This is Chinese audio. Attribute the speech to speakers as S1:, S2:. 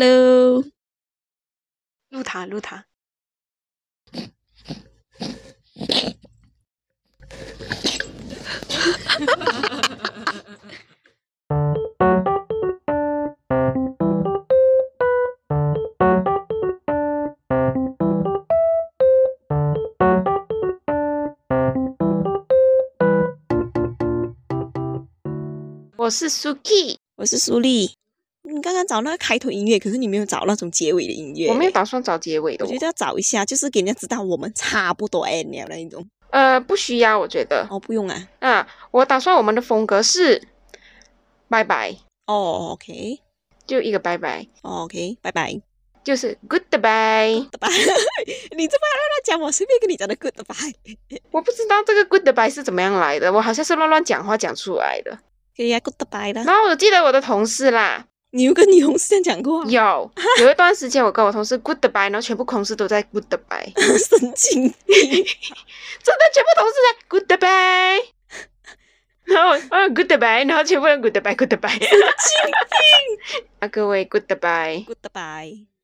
S1: Hello，
S2: 露塔，露塔，
S3: 我是 Suki，
S1: 我是苏丽。你刚刚找那个开头音乐，可是你没有找那种结尾的音乐。欸
S3: 我没有，打算找结尾的
S1: 我
S3: 哦
S1: 觉得要找一下，就是给人家知道我们差不多 end 了那一种。
S3: 呃，不需要，我觉得。
S1: 哦，不用啊。
S3: 啊，我打算我们的风格是，拜拜，
S1: 哦，OK，OK，、
S3: 就一个拜拜，
S1: 拜拜，
S3: 就是 goodbye。
S1: 拜拜。 你这么乱乱讲，我随便跟你讲的 goodbye。
S3: 我不知道这个 goodbye 是怎么样来的，我好像是乱乱讲话讲出来的。
S1: 可以啊，goodbye 啦。
S3: 然后我记得我的同事啦，
S1: 你有跟你同事这样讲过、啊？
S3: 有有一段时间我跟我同事 goodbye，然后全部同事都在 goodbye，
S1: 神经病。
S3: 真的全部同事在 goodbye。然后我嗯 goodbye，然后全部人 goodbye goodbye。啊，各位 goodbye。
S1: goodbye。